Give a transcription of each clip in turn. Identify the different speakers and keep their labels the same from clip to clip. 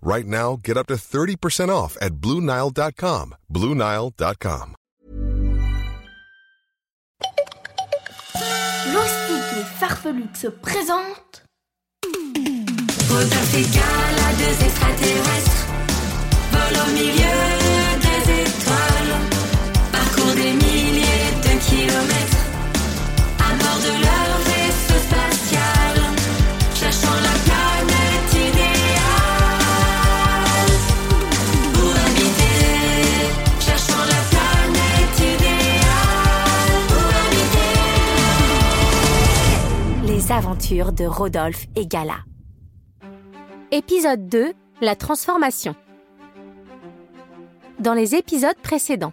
Speaker 1: Right now, get up to 30% off at BlueNile.com. BlueNile.com.
Speaker 2: Loustique et Farfelux se présentent
Speaker 3: Moteur égal à deux extraterrestres. Vol au milieu des étoiles. Parcours des milliers de kilomètres. À bord de leur vaisseau spatial. Cherchant la planète idéale. Pour habiter. Cherchant la planète idéale. Pour habiter.
Speaker 4: Les aventures de Rodolphe et Gala. Épisode 2 La transformation. Dans les épisodes précédents.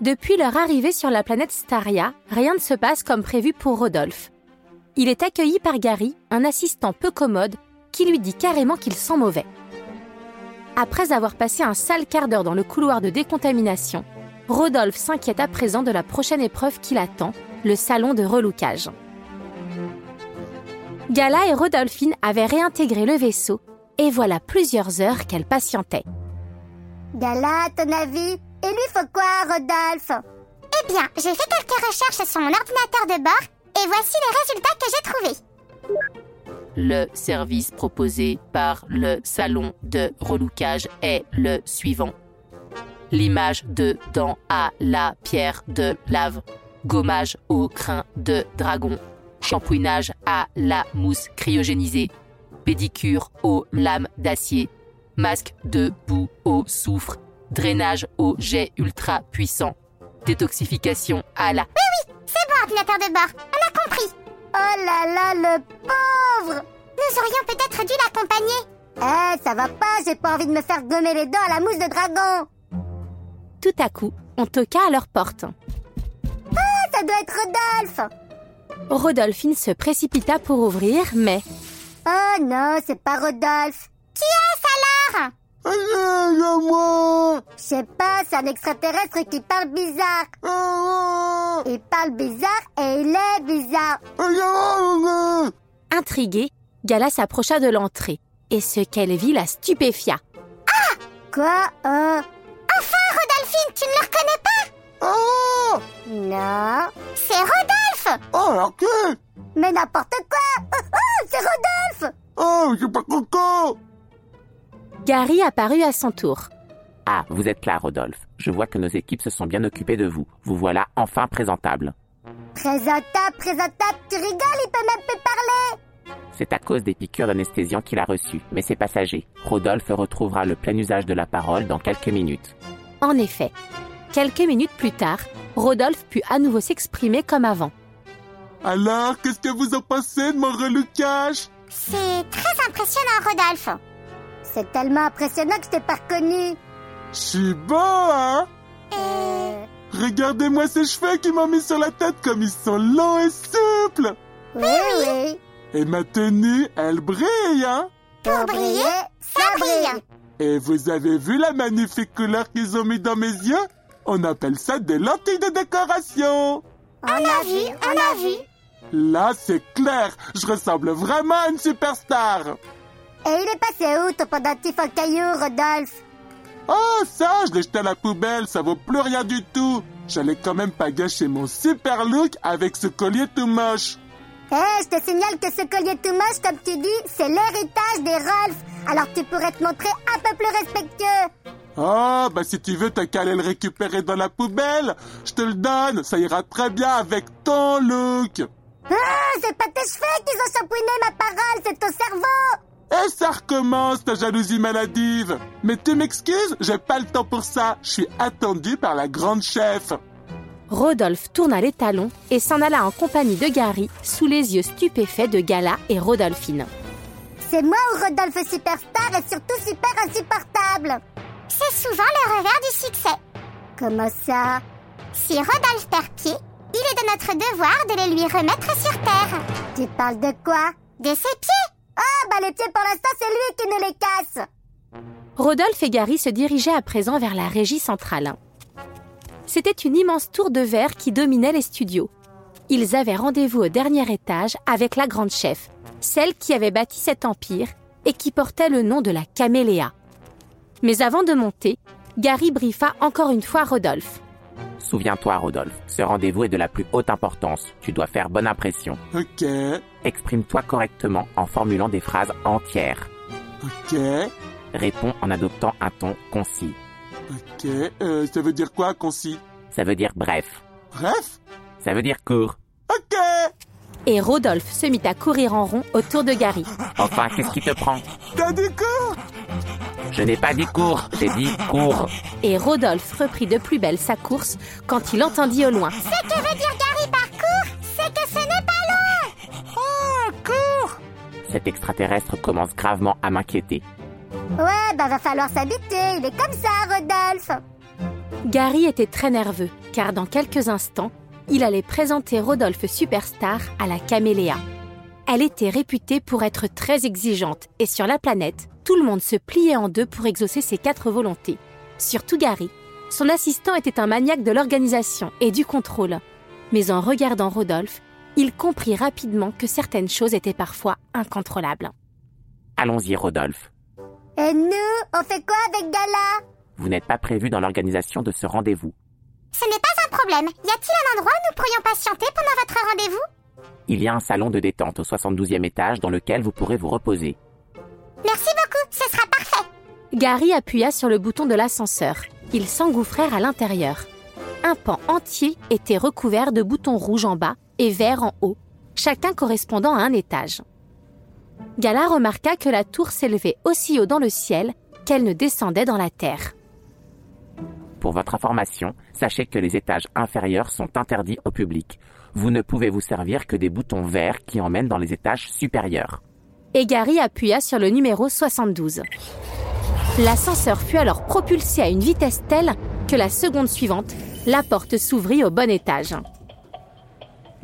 Speaker 4: Depuis leur arrivée sur la planète Staria, rien ne se passe comme prévu pour Rodolphe. Il est accueilli par Gary, un assistant peu commode, qui lui dit carrément qu'il sent mauvais. Après avoir passé un sale quart d'heure dans le couloir de décontamination, Rodolphe s'inquiète à présent de la prochaine épreuve qui l'attend, le salon de relookage. Gala et Rodolphine avaient réintégré le vaisseau, et voilà plusieurs heures qu'elles patientaient.
Speaker 5: Gala, à ton avis Et lui faut quoi, Rodolphe
Speaker 6: Eh bien, j'ai fait quelques recherches sur mon ordinateur de bord et voici les résultats que j'ai trouvés.
Speaker 7: Le service proposé par le salon de relookage est le suivant. Limage de dents à la pierre de lave, gommage au crin de dragon, shampouinage à la mousse cryogénisée, pédicure aux lames d'acier, masque de boue au soufre, drainage au jet ultra puissant, détoxification à la
Speaker 6: C'est bon, ordinateur de bord, on a compris.
Speaker 5: Oh là là, le pauvre
Speaker 6: Nous aurions peut-être dû l'accompagner.
Speaker 5: Eh, ça va pas, j'ai pas envie de me faire gommer les dents à la mousse de dragon
Speaker 4: Tout à coup, on toqua à leur porte.
Speaker 5: Ah, Ça doit être Rodolphe
Speaker 4: Rodolphine se précipita pour ouvrir, mais
Speaker 5: Oh non, c'est pas Rodolphe
Speaker 6: Alors,
Speaker 5: Je sais pas, c'est un extraterrestre qui parle bizarre Il parle bizarre et il est bizarre
Speaker 4: intriguée, Gala s'approcha de l'entrée, et ce qu'elle vit la stupéfia.
Speaker 5: Quoi Oh
Speaker 6: Rodolphine, tu ne le reconnais pas
Speaker 5: Non
Speaker 6: C'est Rodolphe
Speaker 5: Mais n'importe quoi Oh, oh, C'est Rodolphe
Speaker 8: Oh,
Speaker 4: Gary apparut à son tour.
Speaker 9: Ah, vous êtes là, Rodolphe. Je vois que nos équipes se sont bien occupées de vous. Vous voilà enfin présentable.
Speaker 5: Présentable, présentable, tu rigoles, il peut même plus parler
Speaker 9: C'est à cause des piqûres d'anesthésiant qu'il a reçues, mais c'est passager. Rodolphe retrouvera le plein usage de la parole dans quelques minutes.
Speaker 4: En effet, quelques minutes plus tard, Rodolphe put à nouveau s'exprimer comme avant.
Speaker 8: Alors, qu'est-ce que vous en pensez de mon reluquage
Speaker 6: C'est très impressionnant, Rodolphe.
Speaker 5: C'est tellement impressionnant que je t'ai pas reconnu.
Speaker 8: Je suis beau, hein
Speaker 5: Euh,
Speaker 8: Regardez-moi ces cheveux qui m'ont mis sur la tête comme ils sont longs et souples
Speaker 5: oui, oui.
Speaker 8: Et ma tenue, elle brille, hein
Speaker 5: Pour
Speaker 6: briller,
Speaker 5: ça
Speaker 6: brille.
Speaker 8: Et vous avez vu la magnifique couleur qu'ils ont mis dans mes yeux On appelle ça des lentilles de décoration
Speaker 5: On a vu, on a vu.
Speaker 8: Là, c'est clair, je ressemble vraiment à une superstar
Speaker 5: Et il est passé où ton pendentif en caillou, Rodolphe
Speaker 8: Oh, ça, je l'ai jeté à la poubelle, ça vaut plus rien du tout J'allais quand même pas gâcher mon super look avec ce collier tout moche
Speaker 5: Eh, je te signale que ce collier tout moche, comme tu dis, c'est l'héritage des Rolf. Alors tu pourrais te montrer un peu plus respectueux.
Speaker 8: Oh, bah si tu veux, t'as qu'à aller le récupérer dans la poubelle. Je te le donne, ça ira très bien avec ton look.
Speaker 5: Ah, c'est pas tes cheveux qu'ils ont shampouiné ma parole, c'est ton cerveau.
Speaker 8: Et ça recommence ta jalousie maladive. Mais tu m'excuses, j'ai pas le temps pour ça. Je suis attendu par la grande chef.
Speaker 4: Rodolphe tourna les talons et s'en alla en compagnie de Gary, sous les yeux stupéfaits de Gala et Rodolphine.
Speaker 5: C'est moi ou Rodolphe superstar et surtout super insupportable.
Speaker 6: C'est souvent le revers du succès.
Speaker 5: Comment ça
Speaker 6: Si Rodolphe perd pied, il est de notre devoir de le lui remettre sur terre.
Speaker 5: Tu parles de quoi
Speaker 6: De ses pieds
Speaker 5: Ah bah les pieds pour l'instant c'est lui qui nous les casse
Speaker 4: Rodolphe et Gary se dirigeaient à présent vers la régie centrale. C'était une immense tour de verre qui dominait les studios. Ils avaient rendez-vous au dernier étage avec la grande chef, celle qui avait bâti cet empire et qui portait le nom de la Caméléa. Mais avant de monter, Gary briefa encore une fois Rodolphe.
Speaker 9: Souviens-toi, Rodolphe, ce rendez-vous est de la plus haute importance. Tu dois faire bonne impression.
Speaker 8: Ok,
Speaker 9: Exprime-toi correctement en formulant des phrases entières.
Speaker 8: ok,
Speaker 9: Réponds en adoptant un ton concis.
Speaker 8: ok. Euh, ça veut dire quoi, concis
Speaker 9: Ça veut dire bref.
Speaker 8: Bref
Speaker 9: Ça veut dire court.
Speaker 8: Ok
Speaker 4: Et Rodolphe se mit à courir en rond autour de Gary.
Speaker 9: Enfin, qu'est-ce qui te prend
Speaker 8: T'as du cours
Speaker 9: Je n'ai pas dit court, j'ai dit court.
Speaker 4: Et Rodolphe reprit de plus belle sa course quand il entendit au loin.
Speaker 6: Ce que veut dire Gary par court, c'est que ce n'est pas long
Speaker 9: Cet extraterrestre commence gravement à m'inquiéter.
Speaker 5: Ouais bah va falloir s'habituer, il est comme ça Rodolphe
Speaker 4: Gary était très nerveux, car dans quelques instants, il allait présenter Rodolphe Superstar à la Caméléa. Elle était réputée pour être très exigeante, et sur la planète, tout le monde se pliait en deux pour exaucer ses quatre volontés. Surtout Gary. Son assistant était un maniaque de l'organisation et du contrôle. Mais en regardant Rodolphe, il comprit rapidement que certaines choses étaient parfois incontrôlables.
Speaker 9: Allons-y, Rodolphe.
Speaker 5: Et nous, on fait quoi avec Gala
Speaker 9: Vous n'êtes pas prévu dans l'organisation de ce rendez-vous.
Speaker 6: Ce n'est pas un problème. Y a-t-il un endroit où nous pourrions patienter pendant votre rendez-vous
Speaker 9: Il y a un salon de détente au 72e étage dans lequel vous pourrez vous reposer.
Speaker 6: Merci beaucoup, ce sera parfait.
Speaker 4: Gary appuya sur le bouton de l'ascenseur. Ils s'engouffrèrent à l'intérieur. Un pan entier était recouvert de boutons rouges en bas et verts en haut, chacun correspondant à un étage. Gala remarqua que la tour s'élevait aussi haut dans le ciel qu'elle ne descendait dans la terre.
Speaker 9: Pour votre information, sachez que les étages inférieurs sont interdits au public. Vous ne pouvez vous servir que des boutons verts qui emmènent dans les étages supérieurs.
Speaker 4: Et Gary appuya sur le numéro 72. L'ascenseur fut alors propulsé à une vitesse telle que la seconde suivante, la porte s'ouvrit au bon étage.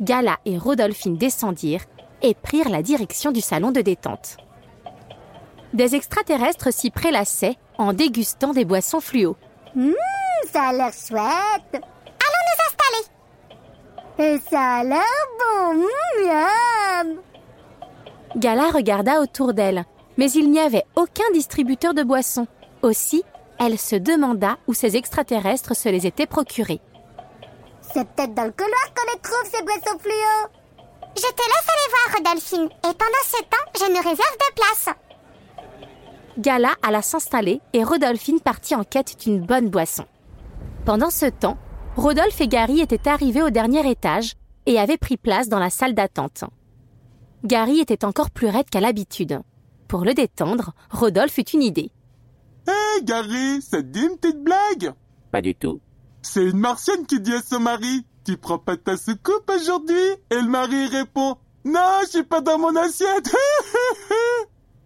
Speaker 4: Gala et Rodolphine descendirent et prirent la direction du salon de détente. Des extraterrestres s'y prélassaient en dégustant des boissons fluo.
Speaker 5: Ça a l'air chouette
Speaker 6: Allons nous installer.
Speaker 5: Et ça a l'air bon, mm, miam
Speaker 4: Gala regarda autour d'elle, mais il n'y avait aucun distributeur de boissons. Aussi, elle se demanda où ces extraterrestres se les étaient procurés.
Speaker 5: C'est peut-être dans le couloir qu'on les trouve ces boissons fluo
Speaker 6: Je te laisse aller voir, Rodolphine. Et pendant ce temps, je nous réserve de place.
Speaker 4: Gala alla s'installer et Rodolphine partit en quête d'une bonne boisson. Pendant ce temps, Rodolphe et Gary étaient arrivés au dernier étage et avaient pris place dans la salle d'attente. Gary était encore plus raide qu'à l'habitude. Pour le détendre, Rodolphe eut une idée.
Speaker 8: Hé, Gary, ça te dit une petite blague
Speaker 9: Pas du tout.
Speaker 8: C'est une martienne qui dit à son mari Tu prends pas ta soucoupe aujourd'hui Et le mari répond Non, je suis pas dans mon assiette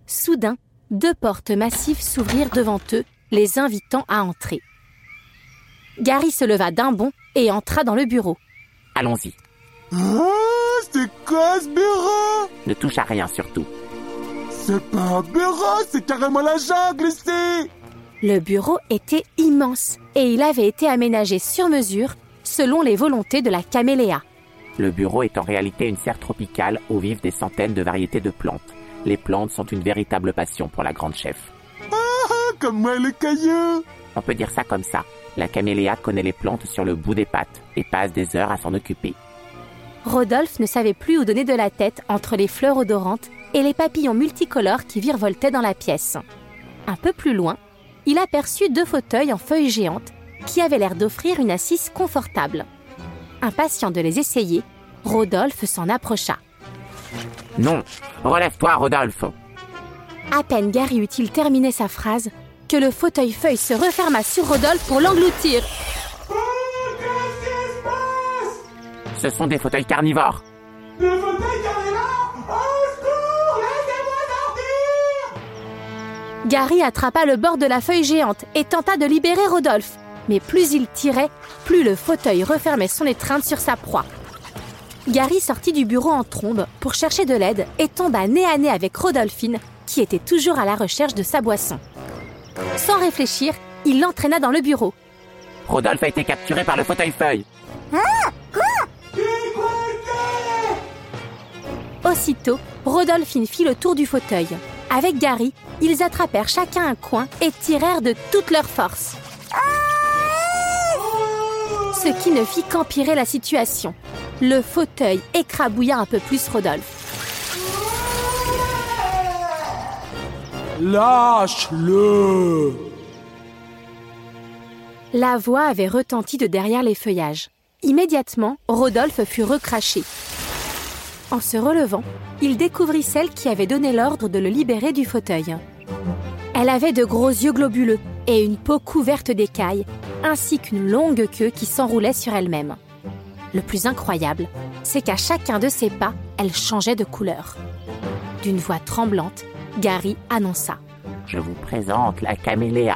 Speaker 4: Soudain, deux portes massives s'ouvrirent devant eux, les invitant à entrer. Gary se leva d'un bond et entra dans le bureau.
Speaker 9: Allons-y.
Speaker 8: Oh, c'est quoi ce bureau
Speaker 9: Ne touche à rien surtout.
Speaker 8: C'est pas un bureau, c'est carrément la jungle ici
Speaker 4: Le bureau était immense et il avait été aménagé sur mesure selon les volontés de la caméléa.
Speaker 9: Le bureau est en réalité une serre tropicale où vivent des centaines de variétés de plantes. Les plantes sont une véritable passion pour la grande chef.
Speaker 8: Ah, Comme moi le caillou
Speaker 9: On peut dire ça comme ça. La caméléa connaît les plantes sur le bout des pattes et passe des heures à s'en occuper.
Speaker 4: Rodolphe ne savait plus où donner de la tête entre les fleurs odorantes et les papillons multicolores qui virevoltaient dans la pièce. Un peu plus loin, il aperçut deux fauteuils en feuilles géantes qui avaient l'air d'offrir une assise confortable. Impatient de les essayer, Rodolphe s'en approcha.
Speaker 9: Non Relève-toi, Rodolphe
Speaker 4: À peine Gary eut-il terminé sa phrase que le fauteuil-feuille se referma sur Rodolphe pour l'engloutir.
Speaker 9: Ce sont des fauteuils carnivores
Speaker 4: Gary attrapa le bord de la feuille géante et tenta de libérer Rodolphe. mais plus il tirait, plus le fauteuil refermait son étreinte sur sa proie. Gary sortit du bureau en trombe pour chercher de l'aide et tomba nez à nez avec Rodolphine, qui était toujours à la recherche de sa boisson. Sans réfléchir, il l'entraîna dans le bureau.
Speaker 9: Rodolphe a été capturé par le fauteuil-feuille.
Speaker 4: Aussitôt, Rodolphine fit le tour du fauteuil. Avec Gary, ils attrapèrent chacun un coin et tirèrent de toute leur force. Ce qui ne fit qu'empirer la situation. Le fauteuil écrabouilla un peu plus Rodolphe.
Speaker 8: Lâche-le
Speaker 4: La voix avait retenti de derrière les feuillages. Immédiatement, Rodolphe fut recraché. En se relevant, il découvrit celle qui avait donné l'ordre de le libérer du fauteuil. Elle avait de gros yeux globuleux et une peau couverte d'écailles, ainsi qu'une longue queue qui s'enroulait sur elle-même. Le plus incroyable, c'est qu'à chacun de ses pas, elle changeait de couleur. D'une voix tremblante, Gary annonça.
Speaker 9: Je vous présente la caméléa.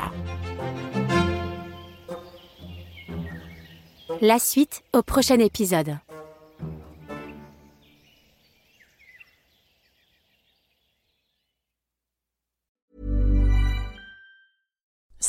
Speaker 4: La suite au prochain épisode.